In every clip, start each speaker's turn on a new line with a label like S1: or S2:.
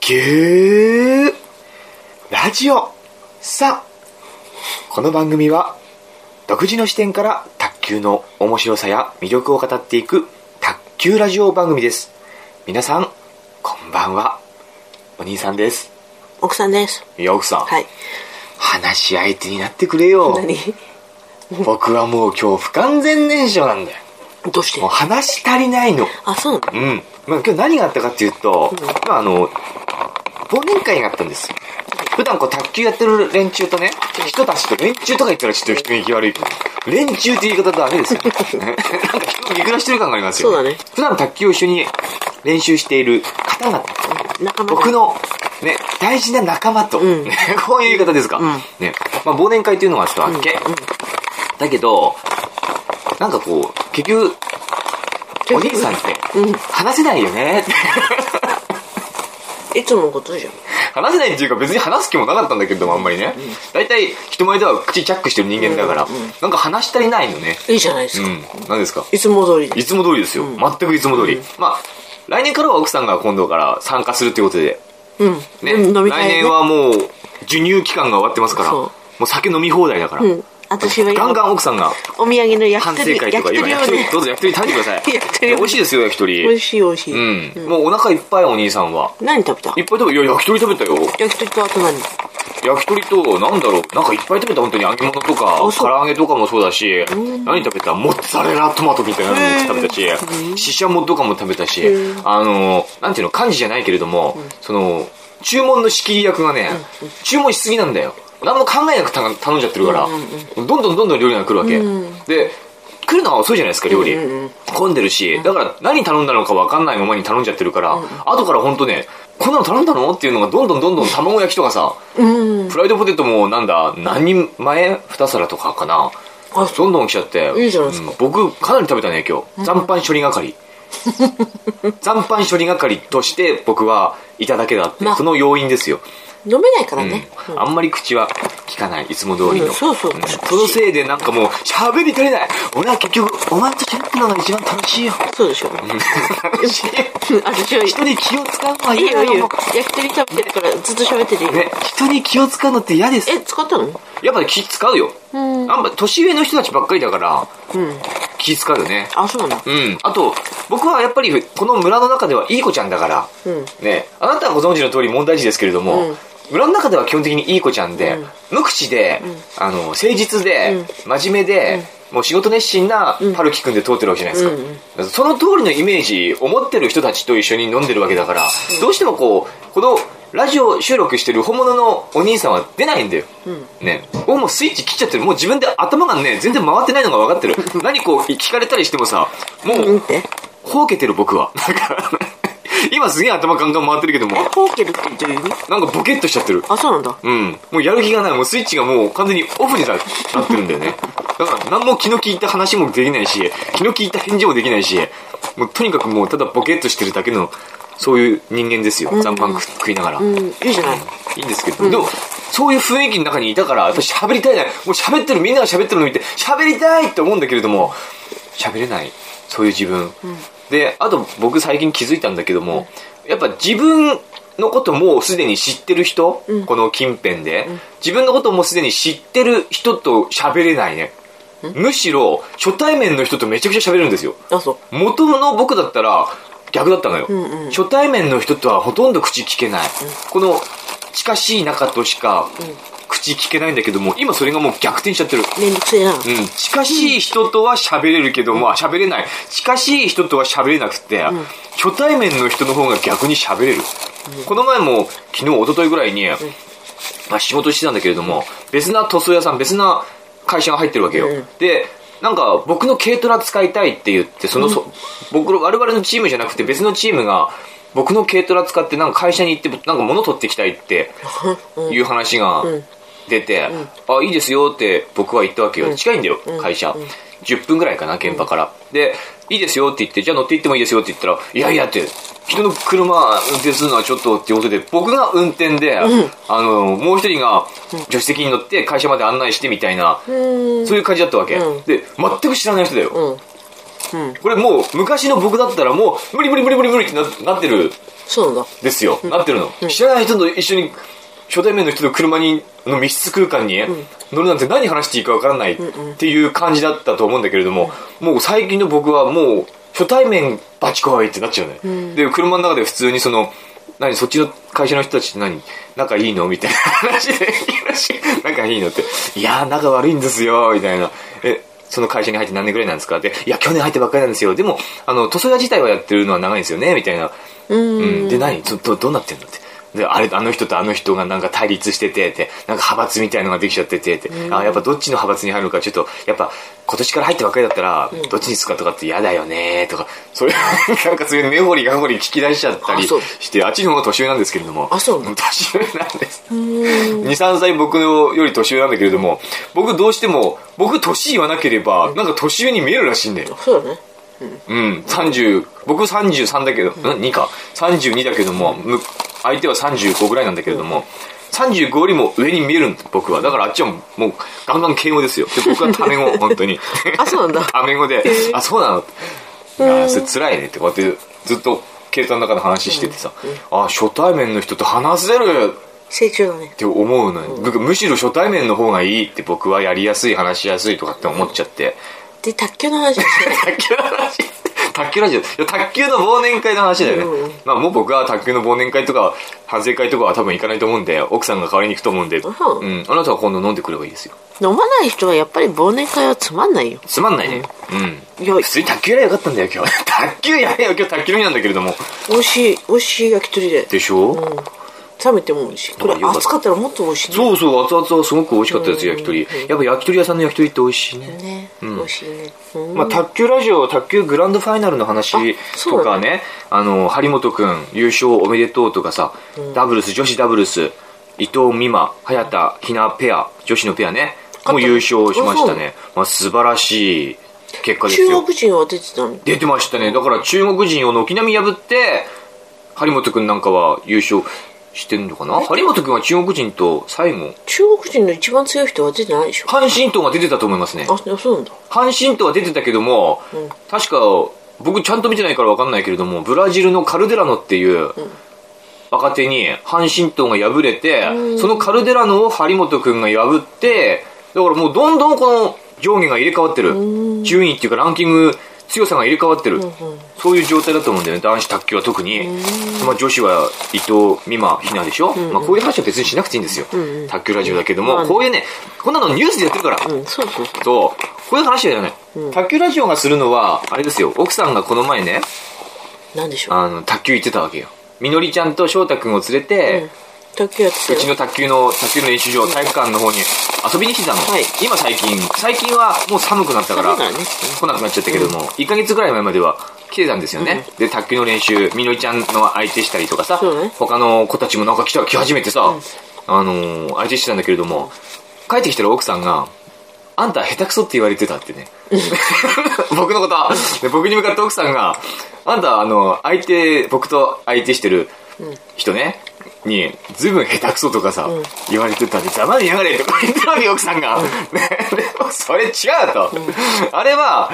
S1: ぎゅーラジオさあこの番組は独自の視点から卓球の面白さや魅力を語っていく卓球ラジオ番組です皆さんこんばんはお兄さんです
S2: 奥さんです。
S1: いや奥さん、
S2: はい。
S1: 話し相手になってくれよ
S2: 何
S1: 僕はもう今日不完全燃焼なんだよ
S2: どうして
S1: もう話し足りないの
S2: あ、そうな
S1: う
S2: の
S1: ん、まあ、今日何があったかっていうと、
S2: うん
S1: まあ、あの忘年会があったんですよ普段こう卓球やってる連中とね人たちと連中とか言ったらちょっと人聞き悪いけど連中って言い方ダメ ですよなんか人と見下してる感がありますよ
S2: そうだね
S1: 普段卓球を一緒に練習している方々
S2: 仲間だ
S1: 僕の、ね、大事な仲間と、
S2: うん
S1: こういう言い方ですか、
S2: うん
S1: ねまあ、忘年会っていうのがあったわけ、
S2: うんうん
S1: だけどなんかこう結局お兄さんって
S2: うん
S1: 話せないよねって
S2: いつものことじゃん。
S1: 話せないっていうか別に話す気もなかったんだけどもあんまりね大体人前では口チャックしてる人間だから
S2: うんうん
S1: なんか話し足りないのね
S2: いいじゃないです
S1: う
S2: か。
S1: ん何ですか
S2: いつも通りで
S1: い。つも通りですよ
S2: うん
S1: 全くいつも通りまあ来年からは奥さんが今度から参加するってことで
S2: うん。
S1: ね
S2: 飲み
S1: 来
S2: 会ね
S1: 年はもう授乳期間が終わってますから
S2: そう
S1: もう酒飲み放題だから
S2: うん。私は
S1: ガンガ
S2: 今、
S1: ン奥さんが
S2: お土産の
S1: 反
S2: 焼き
S1: 省
S2: 鳥、
S1: 会と
S2: 焼
S1: か
S2: き
S1: 今
S2: 鳥を
S1: 焼き鳥
S2: ね、
S1: どうぞ焼き鳥食べてください
S2: 焼き鳥
S1: いや美味しいですよ焼き鳥
S2: 美味しい美味し
S1: う
S2: い。
S1: んもうお腹いっぱいお兄さんは
S2: 何食べた
S1: いっぱい食べいや焼き鳥食べたよ
S2: 焼き鳥とあと何
S1: 焼き鳥と、なんだろう、なんかいっぱい食べた、本当に揚げ物とか、
S2: あ
S1: 唐
S2: そう
S1: 揚げとかもそうだし、何食べたモッツァレラトマトみたいなのも食べたし、シシャモとかも食べたし
S2: へ、
S1: あの、なんていうの、漢字じゃないけれども、その、注文の仕切り役がね、注文しすぎなんだよ。何も考えなくた頼んじゃってるから、どんどんどんどん料理が来るわけ。で、来るのは遅いじゃないですか、料理。
S2: うんうんうん
S1: 混んでるし、だから何頼んだのか分かんないままに頼んじゃってるから、後から本当ね、こんなの頼んだのっていうのがどんどんどんどん卵焼きとかさ、
S2: うん。
S1: フライドポテトもなんだ何人前2皿とかかな
S2: あ、そう。
S1: どんどん来ちゃって
S2: いいじゃないですか
S1: うん僕かなり食べたね今日残飯処理 係残飯処理係として僕はいただけだって、
S2: まあ
S1: その要因ですよ、
S2: 飲めないから
S1: うん
S2: ね。うん
S1: あんまり口は利かないいつも通りの、
S2: うんそうそうん
S1: そのせいでなんかもう喋り足りない俺は結局お前と喋ってるのが一番楽しいよ
S2: そうでしょ。うん
S1: 楽しい
S2: 私は、い
S1: 人に気を使うのはい嫌
S2: よ
S1: だ
S2: いいよ
S1: よ。
S2: 焼き鳥食べてるからずっと喋ってていいよ。
S1: ね人に気を使うのって嫌です
S2: え、使ったの
S1: やっぱ気使うよ
S2: うん。
S1: あんま年上の人たちばっかりだから
S2: うん。
S1: 気使うよね
S2: あ、そうなの
S1: うんあと僕はやっぱりこの村の中ではいい子ちゃんだから、
S2: うん
S1: ねあなたはご存知の通り問題児ですけれども、
S2: うん
S1: 村の中では基本的にいい子ちゃんで、
S2: うん
S1: 無口で、あの誠実で、真面目で、もう仕事熱心な春樹君で通ってるわけじゃないですか、その通りのイメージを持ってる人たちと一緒に飲んでるわけだから、どうしてもこうこのラジオ収録してる本物のお兄さんは出ないんだよ、ね僕もうスイッチ切っちゃってるもう自分で頭がね全然回ってないのが分かってる何こう聞かれたりしてもさも
S2: うんっ
S1: う
S2: て。
S1: ほうけてる僕はなんか今すげえ頭ガンガン回ってるけども
S2: え、ホーケルってどういう意味
S1: なんかボケっとしちゃってる
S2: あ、そうなんだ。
S1: うん。もうやる気がない。もうスイッチがもう完全にオフになってるんだよね。だから何も気の利いた話もできないし、気の利いた返事もできないし、もうとにかくもうただボケっとしてるだけの、そういう人間ですよ。残飯食食いながら。
S2: うん、いいじゃない。
S1: いいんですけど、でも、そういう雰囲気の中にいたから、やっぱ喋りたいな、もう喋ってる、みんなが喋ってるの見て、喋りたいって思うんだけれども、喋れない、そういう自分。で、あと僕最近気づいたんだけども、やっぱ自分のこともうすでに知ってる人、この近辺で、自分のこともうすでに知ってる人と喋れないね。むしろ、初対面の人とめちゃくちゃ喋るんですよ。
S2: あ、そう。
S1: 元の僕だったら逆だったのよ、
S2: んうん
S1: 初対面の人とはほとんど口聞けない、この近しい仲としか口聞けないんだけども今それがもう逆転しちゃってる
S2: めんどくせえな。
S1: うん、近しい人とは喋れるけども、あ喋れない。近しい人とは喋れなくて、初対面の人の方が逆に喋れる。この前も、昨日、一昨日ぐらいに、まあ、仕事してたんだけれども、別な塗装屋さん、別な会社が入ってるわけよ。
S2: うん
S1: で、なんか、僕の軽トラ使いたいって言って、その、そ僕の、我々のチームじゃなくて別のチームが、僕の軽トラ使って、なんか会社に行って、なんか物取ってきたいって、いう話が出て、あいいですよって僕は言ったわけよ、近いんだよ、会社、10分ぐらいかな現場から、でいいですよって言ってじゃあ乗って行ってもいいですよって言ったらいやいやって人の車運転するのはちょっとっていうことで僕が運転で、あのもう一人が助手席に乗って会社まで案内してみたいな、
S2: うん。
S1: そういう感じだったわけ、
S2: うん
S1: で全く知らない人だよ、
S2: うん。
S1: これもう昔の僕だったらもう無理無理無理無理無理ってななってる
S2: そうなんだ。
S1: ですよ、なってるの、知らない人と一緒に初対面の人と車にの密室空間に乗るなんて何話していいかわからないっていう感じだったと思うんだけれども、もう最近の僕はもう初対面バチ怖いってなっちゃうね、で車の中で普通にその何そっちの会社の人たちって何仲いいのみたいな話で仲いいのっていやー仲悪いんですよみたいなえその会社に入って何年ぐらいなんですかっていや去年入ってばっかりなんですよでもあの塗装屋自体はやってるのは長いんですよねみたいなうん、で何どどどうなってんのってであれあの人とあの人がなんか対立しててってなんか派閥みたいのができちゃっててって、あやっぱどっちの派閥に入るのかちょっとやっぱ今年から入ったばっかりだったら、どっちにするかとかって嫌だよねとかそういう なんかそういう根掘り葉掘り聞き出しちゃったり
S2: あそう
S1: してあっちの方が年上なんですけれども
S2: あそうなの
S1: 年上なんです23歳僕のより年上なんだけれども僕どうしても僕年言わなければなんか年上に見えるらしいんだよ
S2: そうだね。
S1: うん、30僕33だけど、ん、2か32だけどもむ相手は35ぐらいなんだけれども、35よりも上に見えるんだ僕はだからあっちはもうガンガン敬語ですよで僕はタメ 語本当に
S2: あそうなんだ
S1: タメ語で「あそうなの?」いやーそれ辛いね」ってこうやってずっと携帯の中で話しててさ、あ初対面の人と話せる
S2: 成長だね
S1: っ。て思うのに、僕むしろ初対面の方がいいって僕はやりやすい話しやすいとかって思っちゃって、
S2: で、卓球の話をして。
S1: 卓球の話卓球ラジオいや卓球の忘年会の話だよね、
S2: うん
S1: まあもう僕は卓球の忘年会とか反省会とかは多分行かないと思うんで奥さんが代わりに行くと思うんで、
S2: うん
S1: うん、あなたは今度飲んでくればいいですよ
S2: 飲まない人はやっぱり忘年会はつまんないよ。
S1: つまんないねうん、
S2: いや
S1: 普通に卓球やればよかったんだよ今日 卓球やれよ今日卓球の日なんだけれども
S2: 美味しい、美味しい焼き鳥で。
S1: でしょ、
S2: 冷めても美味しい。これ
S1: あよかった
S2: 熱かったらもっと美味しいね。
S1: そうそう熱々はすごく美味しかったです焼き鳥やっぱ焼き鳥屋さんの焼き鳥って美味しいね
S2: ね、美味しいね。うん
S1: まあ、卓球ラジオ卓球グランドファイナルの話
S2: あそう
S1: と
S2: なんだ
S1: かねあの張本君優勝おめでとうとかさ、ダブルス女子ダブルス伊藤美誠早田ひなペア女子のペアねもう優勝しましたね、まあ、素晴らしい結果ですよ
S2: 中国人は出てたの
S1: 出てましたねだから中国人を軒並み破って張本君なんかは優勝してんのかな張本君は中国人と最後
S2: 中国人の一番強い人は出てないでしょ。
S1: 阪神党が出てたと思いますね
S2: あ、そうなんだ。
S1: 阪神とは出てたけども、確か僕ちゃんと見てないから分かんないけれどもブラジルのカルデラノっていう若手に阪神党が敗れて、そのカルデラノを張本君が破ってだからもうどんどんこの上下が入れ替わってる、順位っていうかランキング強さが入れ替わってる、そういう状態だと思うんだよね男子卓球は特に、まあ、女子は伊藤美誠ひなでしょ、まあ、こういう話は別にしなくていいんですよ、卓球ラジオだけども、
S2: まあね
S1: こういうねこんなのニュースでやってるから、
S2: うん、そうそうそう。
S1: と、こういう話じゃない。卓球ラジオがするのは、あれですよ、奥さんがこの前ね、
S2: なんでしょう。
S1: あの、卓球行ってたわけよ。みのりちゃんと翔太くんを連れて、
S2: 卓球やって
S1: う
S2: た
S1: ち
S2: よ。
S1: の卓球の、卓球の練習場、体育館の方に遊びに来てたの。
S2: はい
S1: 今最近、最近はもう寒くなったから、
S2: 寒いからね
S1: 来なくなっちゃったけども、1ヶ月ぐらい前までは来てたんですよね。で、卓球の練習、みのりちゃんの相手したりとかさ、
S2: そうね
S1: 他の子たちもなんか来た、来始めてさ、あのー相手してたんだけれども、帰ってきたら奥さんが、あんた下手くそって言われてた ってね。僕のことは、で僕に向かって奥さんが、あんた、あの、相手、僕と相手してる人ね、に、ずいぶん下手くそとかさ、言われてたんで、ざまにやがれとか言ってるわけよ、奥さんが。ね でもそれ違うと。あれは、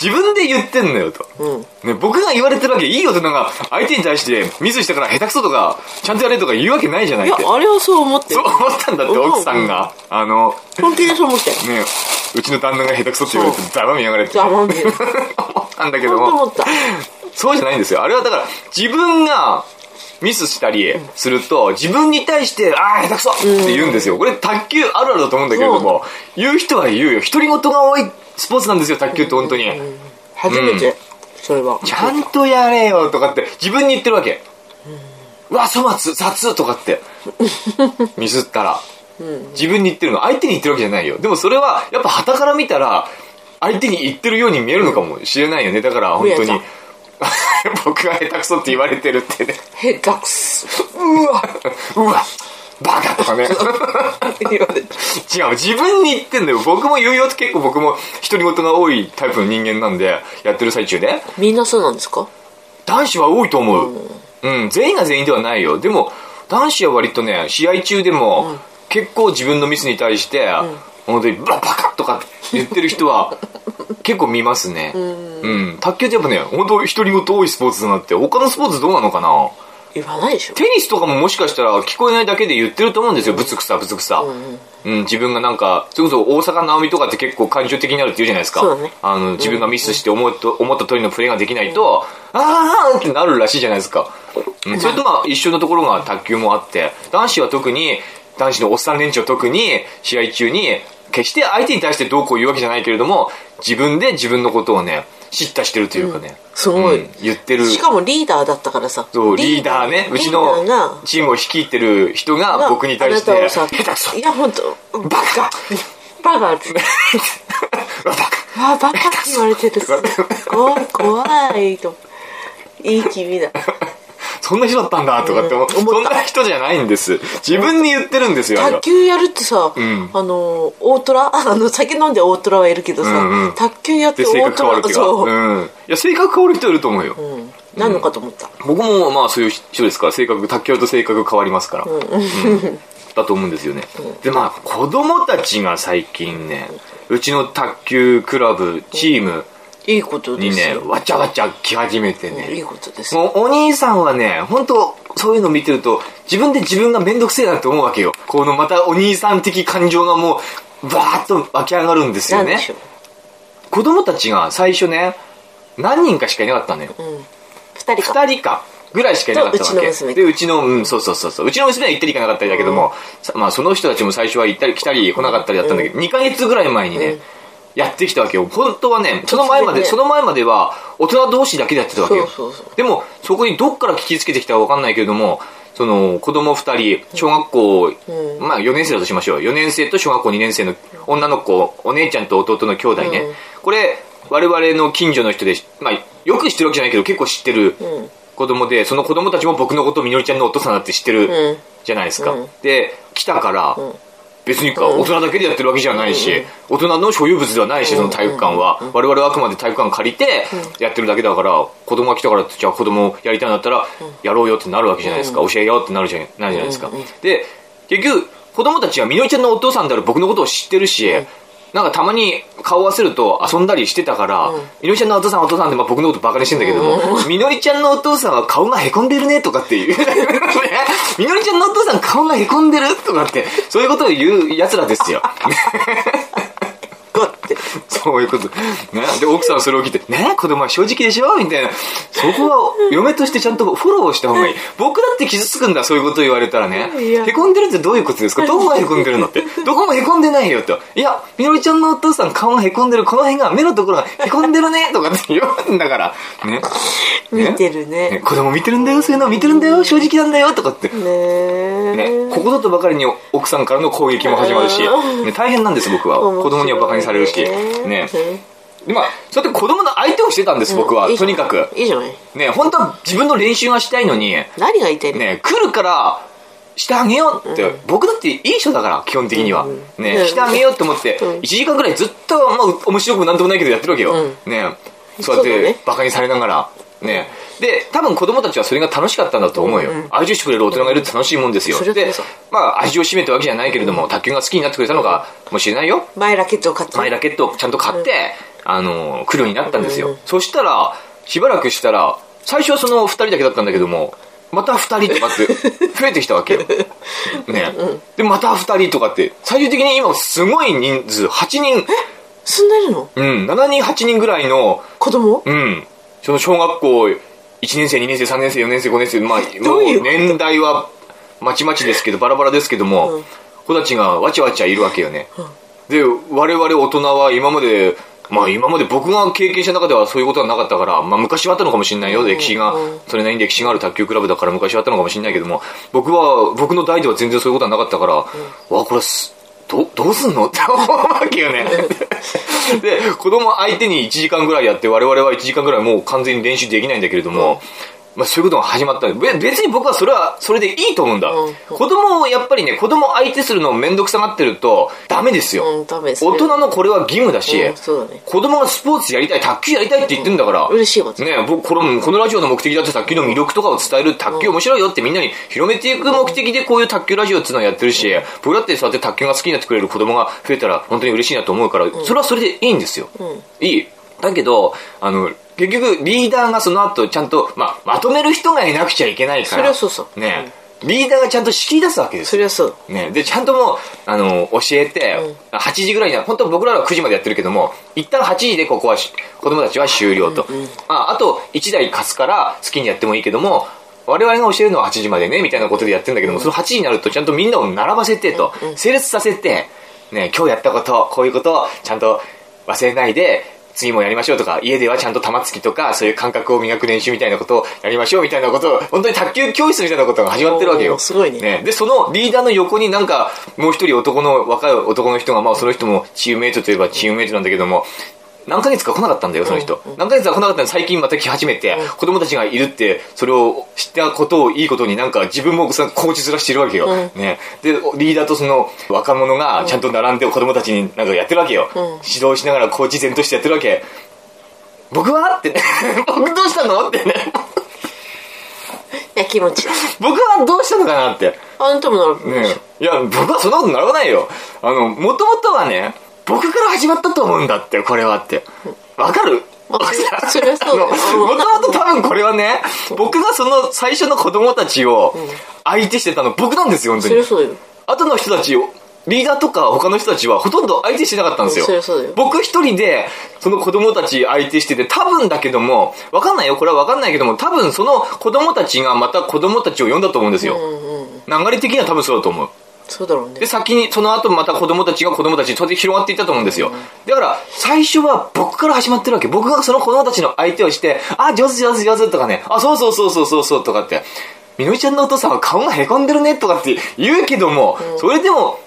S1: 自分で言ってんのよと、ね。僕が言われてるわけ、いい大人が相手に対してミスしたから下手くそとか、ちゃんとやれとか言うわけないじゃない
S2: い
S1: っ
S2: や、
S1: て。
S2: あれはそう思って
S1: そ
S2: る
S1: う。思ったんだって、奥さんが。あの、
S2: 本気でそう思 ってる。
S1: ねうちの旦那が下手くそって言われてざまみやがれって
S2: ざまみ
S1: 思ったんだけど
S2: 本当
S1: も
S2: 思った。
S1: そうじゃないんですよあれはだから自分がミスしたりすると自分に対して「ああ下手くそ!」って言うんですよこれ卓球あるあるだと思うんだけれども言う人は言うよ独り言が多いスポーツなんですよ卓球って本当に
S2: 初めて、それは。
S1: ちゃんとやれよとかって自分に言ってるわけうわ粗末雑とかってミスったら自分に言ってるの相手に言ってるわけじゃないよでもそれはやっぱ傍から見たら相手に言ってるように見えるのかもしれないよねだから本当
S2: ふやちゃ
S1: に
S2: ん
S1: 僕が下手くそって言われてるってね
S2: へ、ガクス。
S1: うわうわバカとかね
S2: 言われて。
S1: 違う自分に言ってんだよ僕も言うよって結構僕も独り言が多いタイプの人間なんでやってる最中で
S2: みんなそうなんですか
S1: 男子は多いと思う、うん全員が全員ではないよでも男子は割とね試合中でも、結構自分のミスに対して、本当にババカとか言ってる人は 結構見ますねうん、卓球ってやっぱね本当独り言多いスポーツだなって他のスポーツどうなのかな
S2: 言わないでしょ
S1: テニスとかももしかしたら聞こえないだけで言ってると思うんですよ、ぶつくさ、ぶつくさ。うん、自分がなんか、それこそ大阪直美とかって結構感情的になるって言うじゃないですか。
S2: そうだね
S1: あの、自分がミスして思うと思った通りのプレーができないと、あーってなるらしいじゃないですか。うん、それとまあ一緒のところが卓球もあって、男子は特に、男子のおっさん連中は特に、試合中に、決して相手に対してどうこう言うわけじゃないけれども、自分で自分のことをね、叱咤してるというかね。
S2: すごい
S1: うん言ってる。
S2: しかもリーダーだったからさ
S1: そう、リーダーね、うちの
S2: リーダー
S1: チームを率いてる人が
S2: が
S1: 僕に対して、
S2: あなたを
S1: 下
S2: さ
S1: 手くそ
S2: いや本当
S1: バカ
S2: バカ
S1: バカ
S2: あバカって言われてる怖い怖いといい君だ
S1: そんな人だったんだとかって思う、
S2: うん思
S1: そん
S2: った
S1: な人じゃないんです。自分に言ってるんですよ、あれ
S2: 卓
S1: は。
S2: 球やるってさ、
S1: ん
S2: あの大トラ あの酒飲んで大トラはいるけどさ、
S1: うんうん
S2: 卓球やって
S1: で、性
S2: 大
S1: 格変
S2: ト
S1: わる
S2: ラ
S1: っていうか。
S2: そう、
S1: うん。いや、性格変わる人いると思うよ。
S2: うん何のかと思った、
S1: 僕もまあそういう人ですから、性格、卓球と性格変わりますから。うんだと思うんですよね。で、まあ、子供たちが最近ね、うちの卓球クラブ、チーム
S2: いいことで
S1: に
S2: す
S1: ね、
S2: よ、
S1: わちゃわちゃ来始めてね。
S2: いいことですよ
S1: もうお兄さんはね、本当そういうの見てると、自分で自分がめんどくせえなって思うわけよ。このまたお兄さん的感情がもう、バーッと湧き上がるんですよ
S2: 何で
S1: ね
S2: し。ょう、
S1: 子供たちが最初ね、何人かしかいなかったのよ。
S2: うん、2人か
S1: 二人か。ぐらいしかいなかったわけ。
S2: とうちの娘
S1: で、うちの、うん、そうそうそうそう。うちの娘は行ったり行かなかったりだけども、さまあその人たちも最初は行ったり来たり来なかったりだったんだけど、2ヶ月ぐらい前にね、やってきたわけよ。本当はね、その前まで、
S2: 突然ね
S1: その前までは、大人同士だけでやってたわけよ。
S2: そうそうそう
S1: でも、そこにどっから聞きつけてきたかわかんないけれども、その、子供2人、小学校、
S2: う
S1: まあ4年生だとしましょう。4年生と小学校2年生の女の子、お姉ちゃんと弟の兄弟ね。
S2: うん
S1: これ、我々の近所の人で、まあ、よく知ってるわけじゃないけど、結構知ってる
S2: うん
S1: 子供で、その子供たちも僕のことみのりちゃんのお父さんだって知ってる
S2: うん
S1: じゃないですか。
S2: うん
S1: で、来たから、
S2: ん
S1: 別にか、大人だけでやってるわけじゃないし、大人の所有物ではないし、その体育館は。我々はあくまで体育館借りてやってるだけだから、子供が来たからって、じゃあ子供やりたいんだったら、やろうよってなるわけじゃないですか。教えようってなるじゃないなるじゃないですか。で、結局、子供たちはみのりちゃんのお父さんである僕のことを知ってるし、なんかたまに顔合わせると遊んだりしてたから、みのりちゃんのお父さんお父さんってまあ僕のことバカにしてんだけども、みのりちゃんのお父さんは顔がへこんでるねとかっていう。みのりちゃんのお父さん顔がへこんでるとかって、そういうことを言う奴らです よ。
S2: こうって
S1: そういうこと。ね、で、奥さんはそれを聞いて、ね子供は正直でしょみたいな。そこは、嫁としてちゃんとフォローした方がいい。僕だって傷つくんだ、そういうこと言われたらね。
S2: いや
S1: へこんでるってどういうこと ですかどこがへこんでるのって。どこもへこんでないよと。いや、みのりちゃんのお父さん顔がへこんでる。この辺が、目のところがへこんでるね。とかって言うんだから。ね。
S2: 見てるね
S1: ね子供見てるんだよ、そういうの見てるんだよ、正直なんだよ。とかって。
S2: ねえ
S1: ね、ここだとばかりに奥さんからの攻撃も始まるし、
S2: う
S1: ね、大変なんです僕は
S2: 面白いね
S1: 子供にはバカにされるしね
S2: うん
S1: でまあそうやって子供の相手をしてたんです僕は、
S2: いいじ
S1: と
S2: ゃん
S1: にかく
S2: いいじゃない
S1: ね本当は自分の練習がしたいのに
S2: 何が言いたいの、
S1: ね来るからしてあげようって、僕だっていい人だから基本的には、
S2: うんうん
S1: ね
S2: うん
S1: してあげようと思って、
S2: うん
S1: 1時間ぐらいずっと、まあ、面白くもなんともないけどやってるわけよ、
S2: う
S1: ねそうやっ
S2: そうだ
S1: て
S2: ね
S1: バカにされながらねで多分子供たちはそれが楽しかったんだと思うよ、愛情してくれる大人がいるって楽しいもんですよ、
S2: そりゃそう
S1: で
S2: さ
S1: まあ愛情を占めたわけじゃないけれども卓球が好きになってくれたのかもしれないよ
S2: 前ラケットを買って
S1: 前ラケットをちゃんと買って、あの来るようになったんですよ、そしたらしばらくしたら最初はその2人だけだったんだけどもまた2人とか って増えてきたわけよね、でまた2人とかって最終的に今すごい人数8人
S2: 住んでるの
S1: うん7人8人ぐらいの
S2: 子供
S1: うんその小学校1年生2年生3年生4年生5年生まあ
S2: どうい
S1: も
S2: う
S1: う年代はまちまちですけどバラバラですけども、
S2: うん
S1: 子たちがわちゃわちゃいるわけよね、で我々大人は今までまあ今まで僕が経験した中ではそういうことはなかったから、まあ昔はあったのかもしれないよ、歴史が
S2: うん、
S1: それなりに歴史がある卓球クラブだから昔はあったのかもしれないけども、僕は、僕の代では全然そういうことはなかったから、わ、これす、ど、どうすんのって思うわけ よね。で、子供相手に1時間ぐらいやって、我々は1時間ぐらいもう完全に練習できないんだけれども、まあそういうことが始まったんでべ別に僕はそれは、それでいいと思うんだ。
S2: うん
S1: 子供を、やっぱりね、子供相手するのをめんどくさがってると、ダメですよ。
S2: うんダメですね
S1: 大人のこれは義務だし、
S2: うんそうだね
S1: 子供がスポーツやりたい、卓球やりたいって言ってんだから、
S2: 嬉しいこと
S1: ね僕、この、このラジオの目的だって卓球の魅力とかを伝える、卓球面白いよってみんなに広めていく目的でこういう卓球ラジオっていうのをやってるし、僕だってそうやって卓球が好きになってくれる子供が増えたら本当に嬉しいなと思うから、それはそれでいいんですよ。いい。だけど、あの、結局リーダーがその後ちゃんと、まあ、まとめる人がいなくちゃいけないから
S2: そりゃそうさ
S1: ね、リーダーがちゃんと仕切り出すわけです
S2: そ
S1: よ
S2: りゃそう
S1: ね、でちゃんともうあの教えて、8時ぐらいには本当僕らは9時までやってるけども一旦8時でここはし子供たちは終了と、ああと1台貸すから好きにやってもいいけども我々が教えるのは8時までねみたいなことでやってるんだけども、その8時になるとちゃんとみんなを並ばせてと、整列させて、ね、今日やったことこういうことをちゃんと忘れないで次もやりましょうとか家ではちゃんと玉突きとかそういう感覚を磨く練習みたいなことをやりましょうみたいなことを本当に卓球教室みたいなことが始まってるわけ
S2: お
S1: よ
S2: ーすごいね
S1: でそのリーダーの横になんかもう一人男の若い男の人がまあその人もチームメイトといえばチームメイトなんだけども何ヶ月か来なかったんだよその人、何ヶ月か来なかったのに最近また来始めて、子供たちがいるってそれを知ったことをいいことになんか自分もさコーチ面してるわけよ、ね、でリーダーとその若者がちゃんと並んで子供たちになんかやってるわけよ、指導しながらコーチ然としてやってるわけ僕は って、ね、僕どうしたのってね
S2: やきもち
S1: 僕はどうしたのかなって
S2: あんたもなる
S1: ねえいや、僕はそんなことならないよ。あの、もともとはね、僕から始まったと思うんだって、これはって。わかる
S2: わかるそりゃそうだよ
S1: もともと多分これはね、僕がその最初の子供たちを相手してたの僕なんですよ、本当
S2: そりゃ
S1: に。
S2: そうよ
S1: 後の人たちを、リーダーとか他の人たちはほとんど相手してなかったんですよ。
S2: そりゃそうだよ
S1: 僕一人で、その子供たち相手してて、多分だけども、わかんないよ、これはわかんないけども、多分その子供たちがまた子供たちを呼んだと思うんですよ。
S2: うんうん
S1: 流れ的には多分そうだと思う。
S2: そうだろうね
S1: で、先に、その後また子供たちが子供たちにそれで広がっていったと思うんですよ。だから、最初は僕から始まってるわけ。僕がその子供たちの相手をして、あ、上手上手上手とかね、あ、そうそうそうそうそうそうとかって、みのりちゃんのお父さんは顔がへこんでるねとかって言うけども、それでも、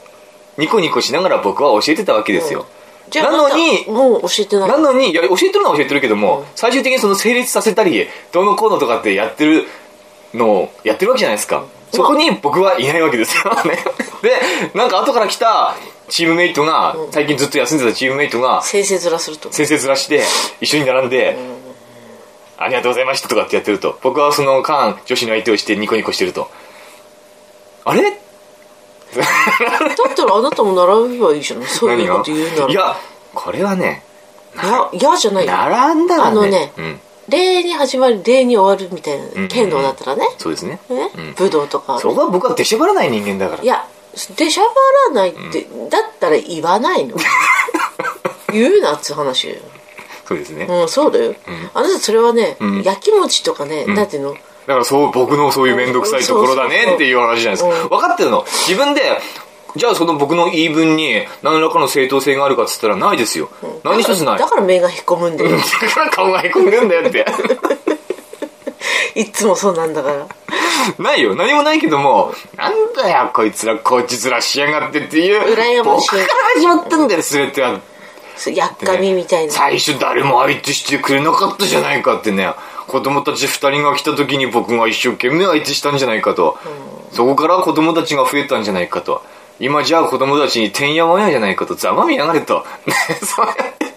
S1: ニコニコしながら僕は教えてたわけですよ。
S2: じゃあ
S1: なのに
S2: あんたもう教えてない
S1: なのに、いや、教えてるのは教えてるけども、最終的にその成立させたり、どうのこうのとかってやってるのをやってるわけじゃないですか。そこに僕はいないわけですよね。 で、なんか後から来たチームメイトが、最近ずっと休んでたチームメイトが、
S2: 先生面すると
S1: 先生ずらして、一緒に並んで、ありがとうございましたとかってやってると。僕はその間、女子の相手をしてニコニコしてると。あれ
S2: だったらあなたも習えばいいじゃ ないそうい
S1: 何
S2: うこ
S1: が
S2: と言うなら
S1: いや、これはね、
S2: や嫌じゃないよ
S1: 並んだらね。
S2: あのね
S1: うん、
S2: 礼に始まり礼に終わるみたいな剣道だったらね
S1: そうですね。
S2: ね
S1: うん
S2: 武道とか
S1: そこは僕は出しゃばらない人間だから
S2: いや出しゃばらないってだったら言わない の言うなっつう話よ
S1: そうですね、だ
S2: うんそうだよあなたそれはね
S1: ん
S2: やきもちとかねなんていうの
S1: からそう僕のそういう面倒くさいところだねっていう話じゃないですか
S2: うん
S1: 分かってるの自分でじゃあその僕の言い分に何らかの正当性があるかっつったらないですよ、何一つない
S2: だ
S1: だ
S2: から目が引っ込むんだよ
S1: から顔がへこんでるんだよって
S2: いっつもそうなんだから
S1: ないよ何もないけどもなんだよこいつらこっちずらしやがってっていう
S2: 羨まし
S1: 僕
S2: い
S1: から始まったんだよ全ては
S2: そうやっかみみたいな
S1: 最初誰も相手してくれなかったじゃないかってね子供たち2人が来た時に僕が一生懸命相手したんじゃないかと、そこから子供たちが増えたんじゃないかと今じゃあ子供たちにてんやわんやじゃないかとざまみやがれとねそうやって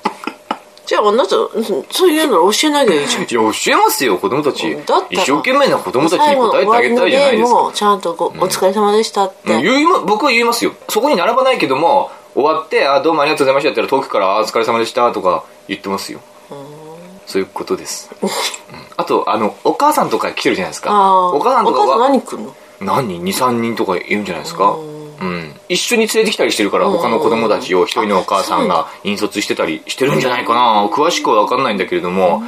S2: じゃああなたうんそういうの教えなきゃいいじゃん
S1: いや教えますよ子供たち
S2: だったら
S1: 一生懸命な子供たちに
S2: 最後の
S1: 答えて
S2: 終
S1: あ
S2: わ
S1: げ
S2: りの
S1: たいじゃない
S2: 礼
S1: ですか
S2: もちゃんとこうお疲れ様でした
S1: う
S2: っ
S1: ん
S2: て
S1: 言いま僕は言いますよそこに並ばないけども終わって「あどうもありがとうございました」って言ったら遠くから「あお疲れ様でした」とか言ってますよそういうことです、うんあとあのお母さんとか来てるじゃないですか
S2: あー
S1: お母さんとか
S2: お母さん
S1: は
S2: 何来んの
S1: 何23人とかいるんじゃないですかうん、一緒に連れてきたりしてるから他の子供たちを一人のお母さんが引率してたりしてるんじゃないかな詳しくは分かんないんだけれども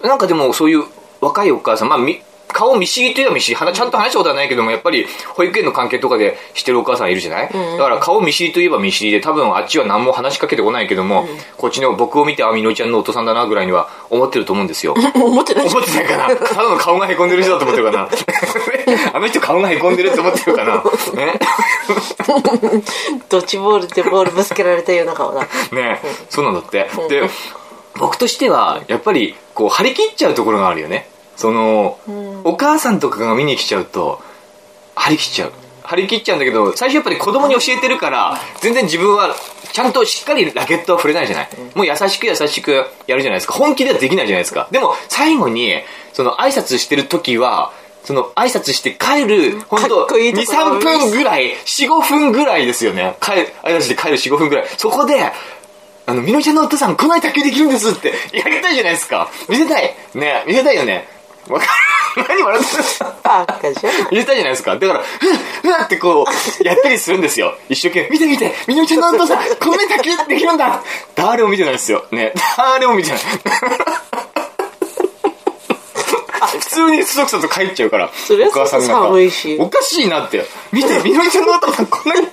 S1: なんかでもそういう若いお母さんまあみ顔見知りというのは見知りはなちゃんと話したことはないけどもやっぱり保育園の関係とかでしてるお母さんいるじゃない、だから顔見知りといえば見知りで多分あっちは何も話しかけてこないけども、こっちの僕を見てあみのりちゃんのお父さんだなぐらいには思ってると思うんですよ
S2: 思ってない
S1: 思ってないかなただの顔がへこんでる人だと思ってるかなあの人顔がへこんでるって思ってるかなね
S2: ドッジボールでボールぶつけられたような顔 だ
S1: ねそうなんだって
S2: うん
S1: で僕としてはやっぱりこう張り切っちゃうところがあるよねそのお母さんとかが見に来ちゃうと張り切っちゃう張り切っちゃうんだけど最初やっぱり子供に教えてるから全然自分はちゃんとしっかりラケットは触れないじゃないもう優しく優しくやるじゃないですか本気ではできないじゃないですかでも最後にその挨拶してる時はその挨拶して帰る本
S2: か
S1: 当
S2: っこいいとこ
S1: 23
S2: ろ
S1: 分ぐらい45分ぐらいですよね帰挨拶して帰る45分ぐらいそこであの、みのりちゃんのお父さん、こない卓球できるんですって、やりたいじゃないですか。見せたい。ね見せたいよね。わかる。何笑ってるんですか
S2: バカじゃない
S1: 入れたいじゃないですか。だから、ふわふわってこう、やったりするんですよ。一生懸命、見て見て、みのりちゃんのお父さん、こんなに卓球できるんだ誰も見てないですよ。ね、誰も見てない。普通にそそくさと帰っちゃうから、
S2: そりゃ
S1: お母さんが
S2: 寒いし
S1: おかしいなって。見て、みのりちゃんのお父さん、こんなに。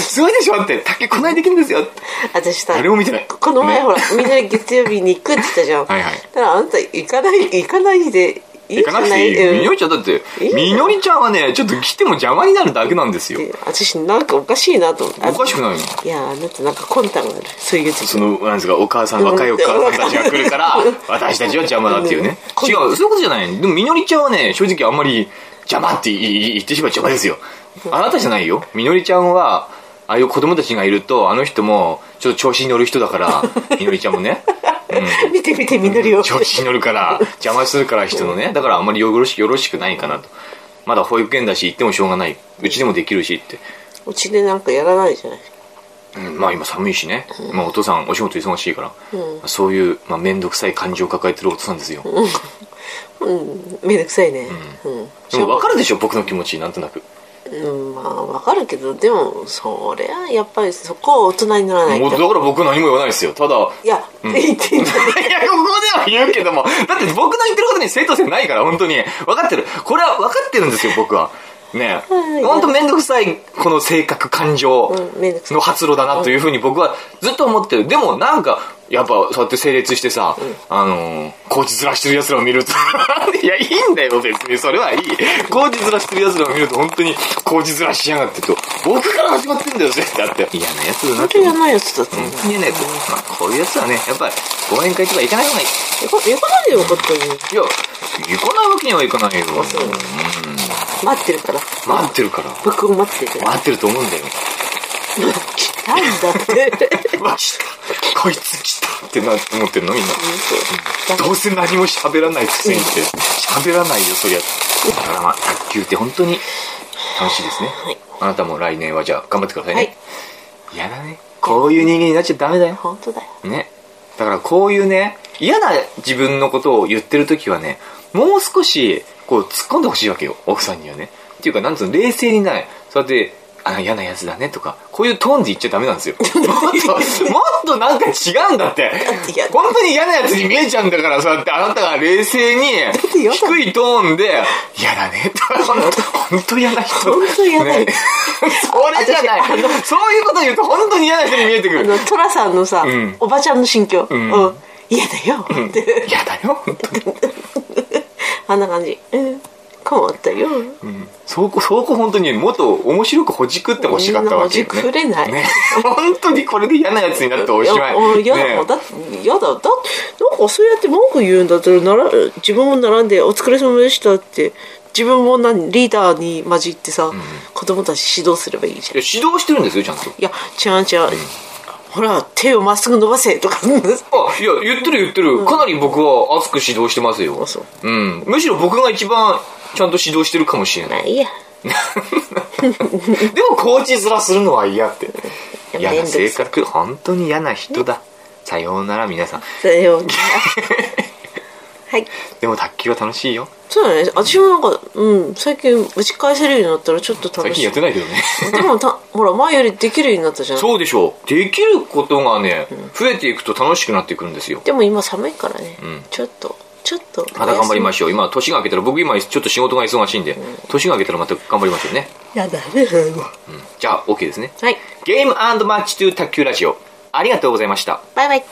S1: すごいでしょって、卓球こんなにできるんですよって。
S2: 私さ
S1: 誰も見てない。
S2: この前
S1: ね
S2: ほらみんなで月曜日に行くって言ったじゃん
S1: はいはい
S2: だからあんた行かない行かないでい
S1: 行
S2: いじ
S1: か
S2: ゃ
S1: なく
S2: な
S1: てい
S2: い
S1: い。みの
S2: うん
S1: りちゃんだって
S2: いい、よ
S1: みのりちゃんはね、ちょっと来ても邪魔になるだけなんですよ。
S2: 私なんかおかしいなと思って
S1: おかしくないの
S2: いやあなたなんか魂胆があるそういう時
S1: その、なんですか、お母さん、若いお母さんたちが来るから、私たちは邪魔だっていうね。
S2: うん
S1: 違う、そういうことじゃない。でも、みのりちゃんはね、正直あんまり、邪魔って言い言ってしまう邪魔ですよ。あなたじゃないよ。みのりちゃんは、ああいう子供たちがいると、あの人も、ちょっと調子に乗る人だ から、みのりちゃんもね。
S2: 見て見てみのりを
S1: 調子に乗るから邪魔するから人のねだからあんまりよろしよろしくないかなとまだ保育園だし行ってもしょうがないうちでもできるしって、
S2: うちでなんかやらないじゃない
S1: うん、まあ今寒いしね、まあ、お父さんお仕事忙しいから、そういう、まあ、面倒くさい感情を抱えてるお父さんですよ、
S2: うんめんどくさいねうん
S1: でも分かるでしょ僕の気持ちなんとなく
S2: うんまあわかるけどでもそりゃやっぱりそこは大人にならない
S1: もうだ
S2: と
S1: から僕何も言わないですよただいやこ
S2: いや言ってんだ
S1: こでは言うけどもだって僕の言ってることに正当性ないから本当に分かってるこれは分かってるんですよ僕はね
S2: うんいや
S1: 本当面倒くさいこの性格感情、
S2: うんめんどくさい
S1: の発露だなというふうに僕はずっと思ってる。でもなんか、やっぱそうやって整列してさ、あのー、コーチずらしてる奴らを見ると、 いや、いいんだよ、別に。それはいい。コーチずらしてる奴らを見ると、本当に、コーチずらしやがってと、僕から始まってんだよ、絶対だって。嫌な奴だな
S2: 本
S1: って
S2: 当。にやらないやつだったんだ
S1: 本当にね、こうまあこういう奴はね、やっぱり、講演会とか行かない方がいい。
S2: よかよかないでよかったね
S1: いや、行かないわけにはいかないよ。
S2: そう待ってるから
S1: 待ってるから。
S2: 僕を待ってる
S1: 待ってると思うんだよ。
S2: 来たんだって
S1: うわ、来た。こいつ来たってな、思ってるの、みんな。どうせ何も喋らないくせにって喋らないよそりゃだからまあ卓球って本当に楽しいですね、
S2: はい
S1: あなたも来年はじゃあ頑張ってください
S2: は
S1: ね
S2: い、
S1: 嫌だねこういう人間になっちゃダメだよ
S2: 本当だよ
S1: ねだからこういうね嫌な自分のことを言ってる時はねもう少しこう突っ込んでほしいわけよ奥さんにはねっていうかなんつうの冷静にないそうやってあ嫌なやつだねとかこういうトーンで言っちゃダメなん ですよもっともっとなんか違うんだって
S2: って嫌だ
S1: 本当に嫌なやつに見えちゃうんだからそうやってあなたが冷静に
S2: て嫌だ
S1: 低いトーンで嫌だ ねと本当嫌な人
S2: 本当嫌だよ
S1: ね それじゃないそういうこと言うと本当に嫌な人に見えてく
S2: あ
S1: る
S2: の寅さんのさ、
S1: ん
S2: おばちゃんの心境、うんん嫌だよって、
S1: 嫌だよ本当に
S2: あんな感じ、うん、困ったよ、
S1: そこ、そこ本当にもっと面白くほじくってほしかったわけよ、ね。
S2: ほじくれない
S1: ね。 本当にこれで嫌なやつになっておしまい。
S2: ややだ、
S1: ね
S2: だってやだだってなんかそうやって文句言うんだったらなら自分も並んで「お疲れ様でした」って自分も何リーダーに混じってさ、子供たち指導すればいいじゃん
S1: いや指導してるんですよ、ちゃんと。
S2: いや違う違う、ほら手をまっすぐ伸ばせとか
S1: あ、いや、言ってる言ってる。かなり僕は熱く指導してますよ
S2: あそう。
S1: うん。むしろ僕が一番ちゃんと指導してるかもしれな
S2: ま
S1: い。
S2: あいいや
S1: でも、コーチ面するのは嫌って。
S2: いや
S1: 嫌な性
S2: 面倒く
S1: 格、
S2: さ
S1: 本当に嫌な人だ。さようなら、皆さん。
S2: それをはい
S1: でも、卓球は楽しいよ。
S2: そうだね私もなんか、うん、最近打ち返せるようになったらちょっと
S1: 最
S2: 楽し
S1: 近
S2: い
S1: やってないけど ね。
S2: でもたほら前よりできるようになったじゃん
S1: そうでしょう。できることがね、増えていくと楽しくなってくるんですよ。
S2: でも今寒いからね、ちょっとちょっと
S1: また頑張りま
S2: し
S1: しょう。今、年が明けたら、僕今ちょっと仕事が忙しいんで、年が明けたらまた頑張りましょうね。
S2: ょやだね
S1: じゃあ、OK ですね。
S2: はい
S1: ゲームマッチトゥ卓球ラジオ、ありがとうございました。
S2: バイバイ